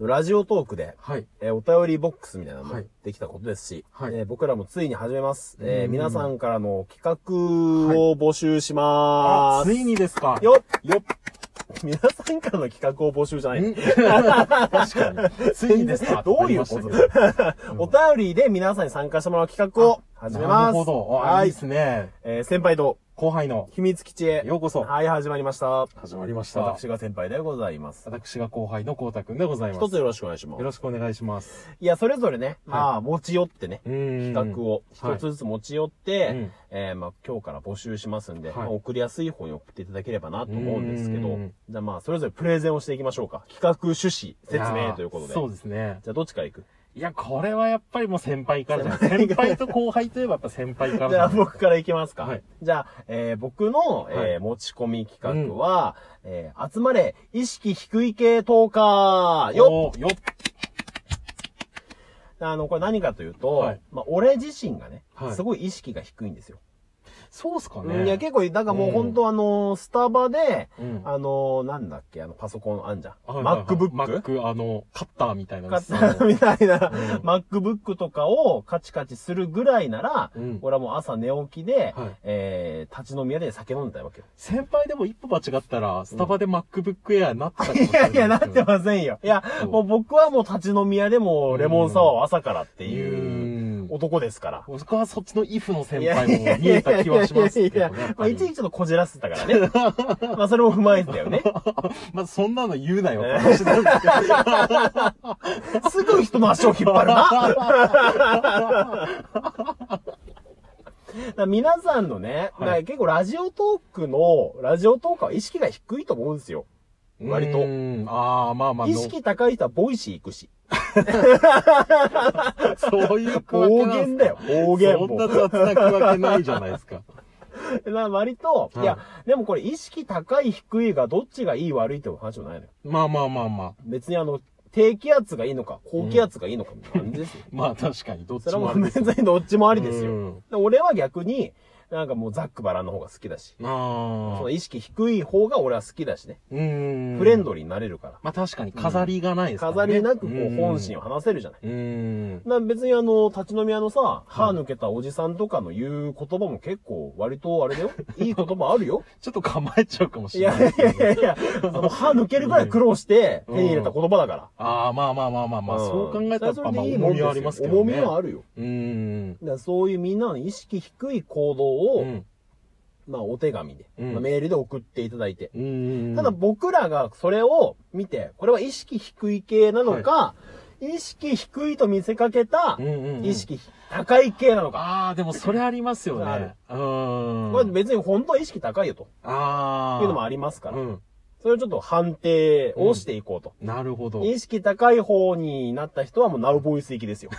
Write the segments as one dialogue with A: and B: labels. A: ラジオトークで、
B: はい。
A: えーお便りボックスみたいなのも
B: はい
A: できたことですし、
B: はい
A: えー僕らもついに始めます。えー
B: うん
A: 皆さんからの企画を募集しま
B: あ、
A: ーす。
B: ついにですか。
A: よっよっ 皆さんからの企画を募集じゃ ない。
B: ん確かに。ついにですか。
A: どういうこと
B: なりましたけど
A: だお便りで皆さんに参加してもらう企画を始めます。
B: なるほど。あ
A: はい
B: い
A: い
B: で。すね。
A: えー先輩と
B: 後輩の、
A: 秘密基地へ。
B: ようこそ
A: はい、始まりました。
B: 始まりました。私
A: 私が先輩でございます。
B: が後輩のこうたくんでございます。
A: 一つよろしくお願いします
B: よ。ろしくお願いします。
A: いや、それぞれね、
B: はい
A: ああ、持ち寄ってね、
B: うん
A: 企画を一つずつ持ち寄って、
B: うん
A: えーまあ、今日から募集しますんで、
B: はい
A: まあ送りやすい方に送っていただければなと思うんですけ
B: う
A: ど
B: ん、
A: じゃあまあ、それぞれプレゼンをしていきましょうか。企画趣旨説明ということで。
B: そうですね。
A: じゃあ、どっちからいく
B: いや、これはやっぱりもう先輩からじゃ ない先輩と後輩といえばやっぱ先輩から
A: じ
B: じ
A: ゃ
B: ゃ
A: あ、
B: ない
A: 僕からいきますか。
B: はい
A: じゃあ、えー僕の、えー
B: はい
A: 持ち込み企画は、えー集まれ、意識低い系トーカーよっ
B: おーよっ
A: あの、これ何かというと、
B: はい
A: まあ、俺自身がね、
B: はい
A: すごい意識が低いんですよ。
B: そうっすか
A: うん
B: ね。
A: いや、結構、だからもう
B: うん
A: 本当あの、スタバで、
B: うん
A: あの、なんだっけ、あの、パソコンあんじゃん。
B: はいはいはい
A: MacBook?
B: Mac、あの、カッターみたいな
A: 買
B: や
A: っ
B: つ
A: た みたいな、
B: ん
A: MacBook とかをカチカチするぐらいなら、
B: うん
A: 俺はもう朝寝起きで、
B: はい
A: えー、立ち飲み屋で酒飲んでたわけよ。
B: 先輩でも一歩間違ったら、スタバで MacBook Air になってたかもし
A: い
B: れな
A: や
B: い。
A: いや、なってませんよ。いや、
B: そう
A: もう僕はもう立ち飲み屋でもうレモンサワーを朝からっていう
B: うん。
A: 男ですから。
B: 僕はそっちのイフの先輩も見えた気はしますけ
A: いや
B: ど
A: いやい
B: ね。
A: やい
B: や
A: や
B: っ
A: ま
B: ぱ
A: あ、
B: り
A: いちいちとこじらせてたから ね。まあ、それも踏まえてたよね。
B: まあ、そんなの言うなよ。私なんですけ ど
A: すぐ人の足を引っ張 るな。だから皆さんのね、
B: はい
A: だから結構ラジオトークの、ラジオトークは意識が低いと思うんですよ。 割と
B: うんああ、まあまあ、
A: 意
B: の
A: 識高い人はボイシー行くし。
B: そういう区分け
A: 暴
B: なんです
A: 言だよ、暴言
B: そん な
A: も。
B: 雑な区分けないじゃないですか。
A: な割と、
B: はい
A: いや、でもこれ意識高い低いがどっちがいい悪いって話じゃないのよ。
B: まあまあまあまあ。
A: 別にあの、低気圧がいいのか、高気圧がいいのかみたいな感じですよ。
B: まあ確かに、どっ
A: そ
B: ち
A: れは
B: も
A: も
B: あ
A: う
B: れです
A: 別
B: よね。
A: にどっちもありですよ。
B: うん
A: で俺は逆に、なんかもうザックバランの方が好きだし、
B: あ
A: その
B: あ。
A: 意識低い方が俺は好きだしね。
B: うん。
A: フレンドリーになれるから。
B: まあ確かに飾りがないですからね。
A: 飾りなくこ
B: ん
A: う本心を話せるじゃない。
B: うん。
A: な別にあの、立ち飲み屋のさ、歯抜けたおじさんとかの言う言葉も結構割とあ れだよ。いい言葉あるよ。
B: ちょっと構えちゃうかもし
A: い
B: れな
A: や
B: い
A: い
B: で
A: や
B: す
A: い
B: けど。
A: やいや、その歯抜けるぐらい苦労して手に入れた言葉だから。
B: ああ、まあまあまあまあまあ、
A: ん
B: そう考えたら、
A: それはそれ
B: まあ、
A: でいい
B: 重みはありますけどね。
A: 重みはあ
B: る。
A: るよ。
B: うん。
A: だからそういうみんなの意識低い行動
B: う
A: を、
B: ん。
A: まあお手紙で、
B: うん
A: まあメールで送っていただいて。
B: うん。
A: ただ僕らがそれを見て、これは意識低い系なのか、意識低いと見せかけた
B: うん、うんうん
A: 意。識高い系なのか。
B: ああ、でもそれありますよ
A: あ
B: ね
A: る。
B: う
A: これ
B: ん。
A: 別に本当は意識高いよと
B: ああ。
A: いうのも
B: あ
A: ありますから、
B: うん。
A: それをちょっと判定をしていこうと。
B: なるほど。
A: 意識高い方になった人はもうナウボーイス行きですよ。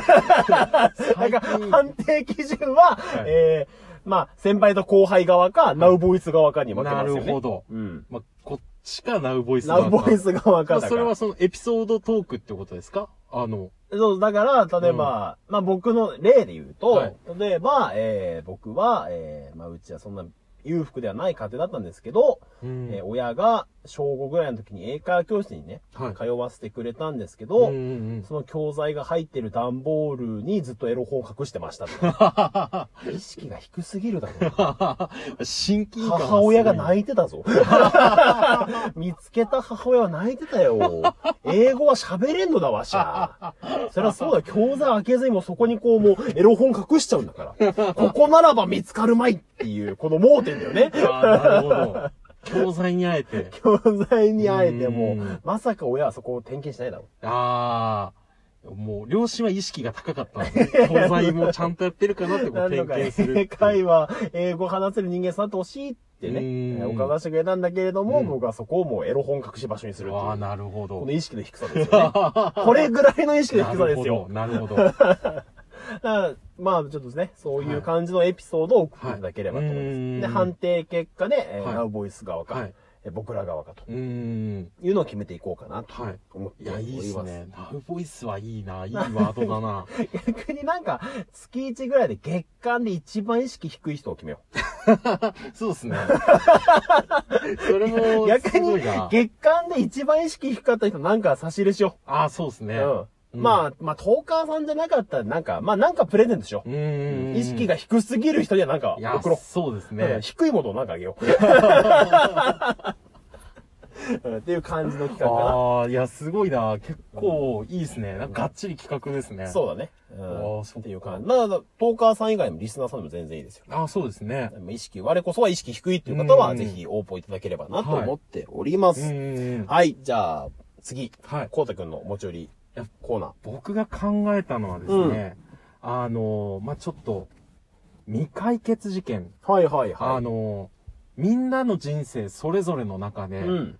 A: だから判定基準は、
B: い
A: えー、まあ先輩と後輩側か、ナウボーイス側かに分け
B: な
A: ますよね。
B: るほ。ど。
A: うん。
B: まあ、こっちかナウボイス
A: ナウボーイ
B: ス。
A: ス側
B: ま
A: か
B: あ、
A: だから。
B: それはそのエピソードトークってことですかあの、
A: そう、だから、例えば、まあ僕の例で言うと、
B: はい
A: 例えば、えー、僕は、えー、まあうちはそんな裕福ではない家庭だったんですけど、
B: うん
A: えー親が小5ぐらいの時に英会話教室にね、
B: はい
A: 通わせてくれたんですけど、
B: うん うん
A: その教材が入ってる段ボールにずっとエロ本を隠してましたとか。 意識が低すぎるだろ。
B: うん。親近感。
A: 母親が
B: い。
A: 泣いて たぞ。見つけた母親は泣いてたよ。英語は喋れんのだわしゃ。そりゃそうだ、教材開けずにもうそこにこうもうエロ本隠しちゃうんだから。ここならば見つかるまいっていう、この盲点だよね。
B: ああ、なるほど。教材にあえ て。
A: 教材にあえても
B: うん、
A: まさか親はそこを点検しないだろ
B: ああ、もう、両親は意識が高かったんですね。東西もちゃんとやってるかなって
A: う。
B: こう
A: なん
B: 点
A: とか
B: 検する
A: 英会話、英語話せる人間さってほしいってね、
B: う
A: え
B: ん
A: ーお伺いしてくれたんだけれども、
B: うん
A: 僕はそこをもうエロ本隠し場所にするって
B: ああ、
A: いう。
B: なるほ
A: こ
B: ど
A: の。意識の低さですよね。 これぐらいの意識の
B: な
A: 低さ
B: る
A: で
B: ほ
A: すよ
B: ど。。なるほど。
A: だからまあ、ちょっとですね、そういう感じのエピソードを送っていただければと思います。
B: はい
A: で、判定結果で、えー
B: はい
A: ナウボイス側か、
B: はい
A: え僕ら側がと
B: うーん。
A: いうのを決めていこうかなと
B: はい。
A: 思って
B: い
A: おりま
B: や、
A: す。
B: いいっすね。ナウボイスはいいな。いいワードだな。
A: 逆になんか、月1ぐらいで月間で一番意識低い人を決めよ
B: そうで すね。それも
A: う。、逆
B: すご
A: に
B: いな、。
A: 月間で一番意識低かった人なんか差し入れしよ
B: ああ、そうです
A: う。
B: ね。
A: う。
B: うんん
A: まあ、まあ、トーカーさんじゃなかったらなんか、まあなんかプレゼントしよ
B: う
A: う。
B: ーん。
A: 意識が低すぎる人にはなんか
B: いや
A: 送ろ、う。
B: そうです
A: うん
B: ね。
A: 低いものをなんかあげ よう。うんっていう感じの企画か
B: ああ、いや、すごいな。結構いいですね。なんかがっちり企画ですね。
A: な。そう
B: う。
A: だね。うん
B: ああ
A: っ
B: そっか
A: ていう感じ。まあ、トーカーさん以外もリスナーさんでも全然いいですよ。
B: ああ、そうですね。
A: 意識、我こそは意識低いっていう方は、
B: うん
A: ぜひ応募いただければなと思っておりま
B: う
A: す。はい、
B: ーん。
A: じゃあ、次、
B: はい。
A: こうたくんの持ち寄りコーナー。
B: 僕が考えたのはですね、あの、まあ、ちょっと、未解決事件。
A: はいはい
B: あの、みんなの人生それぞれの中で、
A: うん。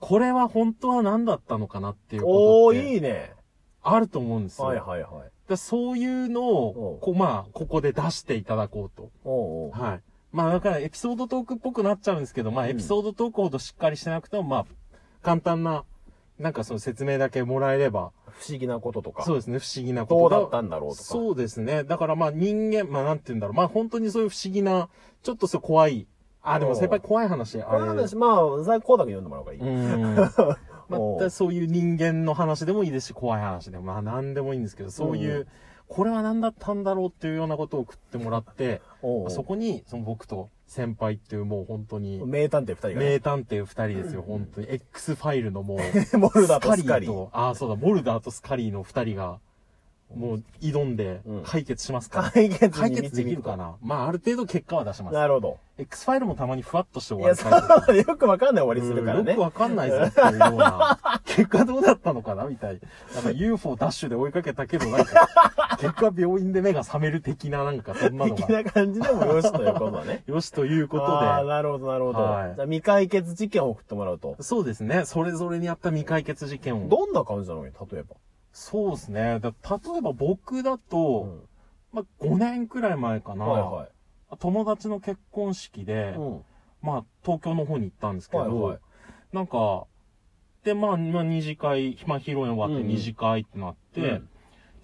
B: これは本当は何だったのかなっていう
A: お
B: ことっ
A: ー、
B: て
A: いいね。
B: あると思うんですよ。
A: はいはいはい。
B: だそういうの
A: おう
B: を、こう、まあ、ここで出していただこうと。
A: おうおう
B: はい。まあ、だからエピソードトークっぽくなっちゃうんですけど、まあ、
A: うん
B: エピソードトークほどしっかりしてなくても、まあ、簡単な、なんかその説明だけもらえれば、
A: 不思議なこととか。
B: そうですね、不思議な
A: ど
B: こ
A: うだ
B: と
A: った
B: が。
A: んだろうとか。
B: そうですね。だからまあ人間、まあなんて言うんだろう。まあ本当にそういう不思議な、ちょっとそう怖い。あ、で
A: お
B: も
A: う
B: 先輩怖い話、あ
A: こ
B: れ。
A: の話、まあ、ざこうたくん読んでもらうからいい。
B: うん。ま
A: おう
B: たそういう人間の話でもいいですし、怖い話でも、まあ何でもいいんですけど、そういう、
A: うん
B: これは何だったんだろうっていうようなことを送ってもらって、
A: おうおう
B: そこに、その僕と先輩っていうもう本当に、
A: 名探偵二人がね。
B: 名探偵二人ですよ、本当に。X ファイルのもう、
A: モルダーとス
B: ス
A: カ
B: カ
A: リ
B: リ
A: ー
B: ーと、ああ、そうだ、モルダーとスカリーの二人が、もう挑んで
A: うん
B: 解決しますか、
A: 解決に
B: 解
A: 導く
B: 決できるかなまあ、ある程度結果は出します。
A: なるほど。
B: X ファイルもたまにふわっとして
A: い
B: 終わ
A: や、
B: る
A: そ
B: タ
A: う
B: イプ
A: だね。よくわかんない終わりするから
B: うんよ
A: ね
B: く。わかんな いぞっていうような、結果どうだったのかなみたい。なんか UFO ダッシュで追いかけたけど、なんか、結果病院で目が覚める的な、なんかそんなの
A: 的
B: が。
A: な感じでもよしということだね。
B: よしという こと
A: ああ、
B: で。
A: なるほど、なるほど。
B: はい
A: じゃあ未解決事件を送ってもらうと。
B: そうですね。それぞれにあった未解決事件を。
A: どんな感じなのよ、例えば。
B: そうですね。だ例えば僕だ
A: う
B: と、
A: ん
B: まあ5年くらい前かな。
A: は
B: 友達の結婚式
A: いは
B: で
A: い。、ん。
B: まあ東京の方に行ったんですけ
A: はいはい
B: ど、。なんか、で、まあ、まあ、二次会、まあ、披露宴終わっ
A: う
B: て
A: んうん
B: 二次会ってなって、
A: うん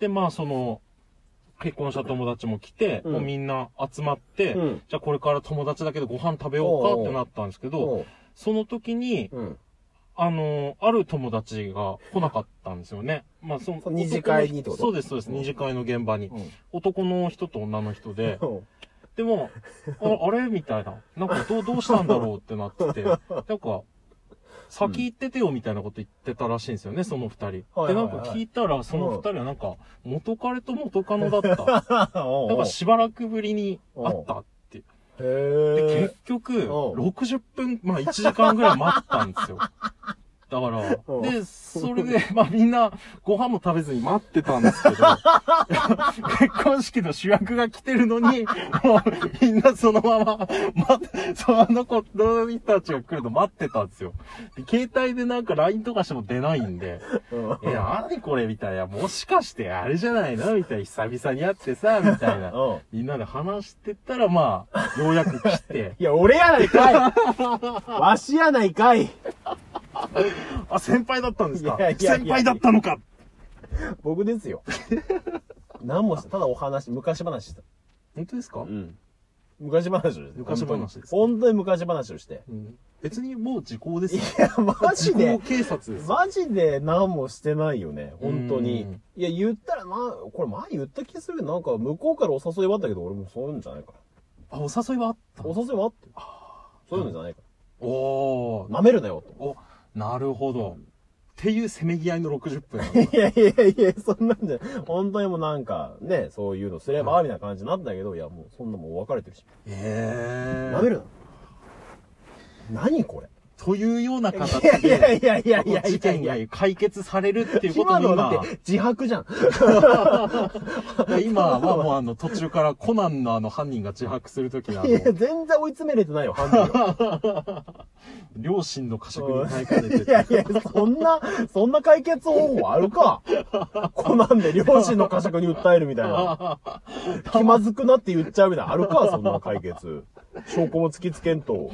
B: で、まあ、その、結婚した友達も来て、
A: うん
B: もうみんな集まって、
A: うん
B: じゃあこれから友達だけでご飯食べようかってなったんですけど、
A: う
B: その時に、
A: うん。
B: あの、ある友達が来なかったんですよね。まあ、その
A: その二次会にってこと
B: そうです、そうです。
A: うん
B: 二次会の現場に。
A: うん
B: 男の人と女の 人で、
A: うん
B: でも、あ あれみたいな。なんかどう、どうしたんだろうってなってて、なんか、先行っててよみたいなこと言ってたらしいんですよね、その二人。で、
A: はいはい
B: なんか聞いたら、その二人はなんか、元彼と元カノだった。
A: おうお
B: なん
A: う
B: かしばらくぶりに会ったって。
A: へ
B: で、
A: ー
B: 結局、
A: おう
B: 60分、まあ1時間ぐらい待ったん ですよ。だから
A: お、う
B: で、それで、 まあみんな、ご飯も食べずに待ってたんですけど、 結婚式の主役が来てるのに、もうみんなそのまま、待って、その子供たちが来るの待ってたんですよ。で携帯でなんか LINE とかしても出ないんで、
A: うん
B: いや、何これみたいな、もしかしてあれじゃないのみたいな、久々に会ってさ、みたい な。
A: うん
B: みんなで話してたら、まあ、ようやく来て、
A: いや、俺やないかい わしやないかい
B: あ、先輩だったんですか
A: いやいやいや
B: 先輩だったのか
A: 僕ですよ。何もして、ただお話、昔話してた。
B: 本当ですか、
A: うん。昔話をして
B: 昔話です
A: 本当に昔話をして。
B: うん別にもう時効です
A: い
B: よ。
A: や、マジで
B: 時効。警察ですよ。
A: マジで何もしてないよね、本当
B: う
A: に
B: ん。
A: いや、言ったら、まあ、これ前言った気する。なんか、向こうからお誘いはあったけど、俺もそういうんじゃないから。
B: あ、お誘いはあった
A: お誘いはあって。そういうのじゃないか
B: おー
A: ら。舐めるなよ、と。
B: お、なるほど。っていうせめぎ合いの60分なん だ。
A: いやいやいや、そんなんじゃない、本当にもうなんか、ね、そういうのすれば、みたいな感じになったけど、いや、もうそんなもう別れてるし。
B: ええ
A: 舐めるな。何これ。
B: というような形
A: いやいや
B: で、
A: いやいやいやい
B: 事
A: や
B: 件
A: い
B: が
A: や。
B: 解決されるっていうこと
A: 今
B: も
A: の
B: 今
A: だっ、て自白じゃん。
B: 今はもうあの途中からコナンのあの犯人が自白するときのあ
A: いや、
B: の、
A: 全然追い詰めれてないよ、犯人を。
B: 両親の過食に耐えかねて
A: いやいや、そんな、そんな解決方法あるかコナンで両親の呵責に訴えるみたいな。気まずくなって言っちゃうみたいな。あるかそんな解決。証拠も突きつけんと。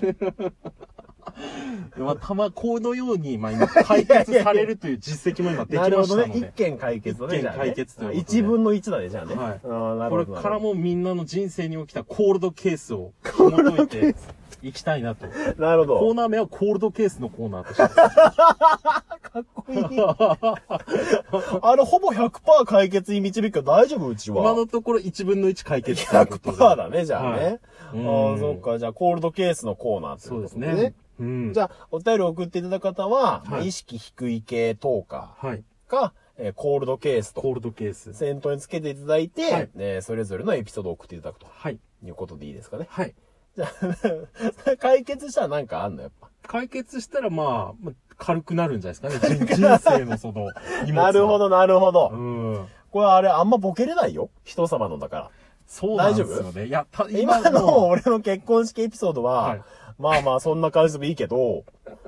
B: まあ、たま、このように、まあ、今、解決されるという実績も今できま
A: な
B: した
A: る
B: の
A: ほ
B: で。
A: どね。一件解決だね。
B: 一件
A: じゃあね
B: 解決ということで
A: 一分の一だね、じゃあね。
B: はい
A: あーなる
B: こ
A: ほど
B: れからもみんなの人生に起きたコールドケースを紐解いていきたいなと。
A: なるほ
B: コー
A: ど。
B: ナー名はコールドケースのコーナーとして。
A: かっこいい。あれ、ほぼ100%解決に導くけど大丈夫うちは。
B: 今のところ1分の1解決ということで
A: 100%だね、じゃあね。
B: はい
A: あ
B: う
A: あ、
B: ん
A: そっか。じゃあ、コールドケースのコーナーと
B: そ
A: いううこ
B: です
A: とで
B: ね。。うん。
A: じ
B: ゃ
A: ゃあ、お便りを送っていただく方は、
B: はい
A: まあ意識低い系等か、
B: はい。
A: か、えーコールドケース
B: コ
A: と、
B: ールドケース。
A: 先頭につけていただいて、
B: はい
A: えーそれぞれのエピソードを送っていただくと
B: はい。
A: いうことでいいですかね。
B: はい。
A: じゃあ、 解決したらなんかあんのやっぱ。
B: 解決したら、まあ、まあ軽くなるんじゃないですかね。人人生のその、荷物が
A: なるほ。ど、なるほど。
B: うん。
A: これあれ、あんまボケれないよ。人様のだから。
B: そうなんですよね。いや、た
A: 今の
B: も
A: 俺の結婚式エピソードは、
B: はい
A: まあまあそんな感じでもいいけど、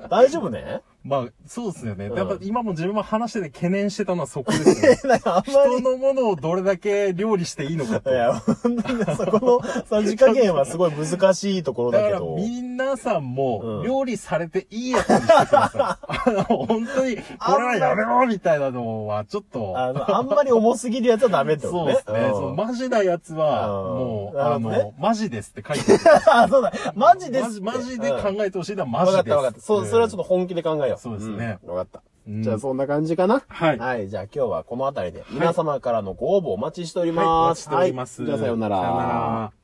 A: 大丈夫ね
B: まあ、そうですよね。
A: うん
B: やっぱ今も自分も話してて懸念してたのはそこですよね。
A: なんか あんま
B: 人
A: り。
B: のものをどれだけ料理していいのか
A: い
B: と。だ
A: や、本当にねそこのさじ加減はすごい難しいところだ
B: か
A: け
B: ら
A: ど。
B: 皆さん
A: う
B: も
A: ん
B: 料理されていいやつにしてくださ い。あの、本当に、これはやめろみたいなのはちょっと、
A: あの、あんまり重すぎるやつはダメってこと
B: そう
A: ね。
B: ですね。
A: ん
B: そのマジなやつは、
A: うん
B: もう、
A: な
B: あ
A: るほどね
B: の、マジですって書いて あ
A: あそうだ。マジで
B: る。
A: す
B: マ
A: っ
B: ジ
A: て。
B: マジで
A: うん
B: 考えてほしいのはマ
A: わか
B: ジ
A: っ
B: です。
A: たわかった。そう、それはちょっ
B: と。
A: と本気で考えよう。
B: そうですね
A: うんわかった。
B: うん
A: じゃあそんな感じかな。
B: はい
A: はい。じゃあ今日はこの辺りで皆様からのご応募お待ちしており
B: はい、お
A: ま
B: 待ちし
A: す。
B: ております。
A: はいじゃあさようなら。
B: さようなら。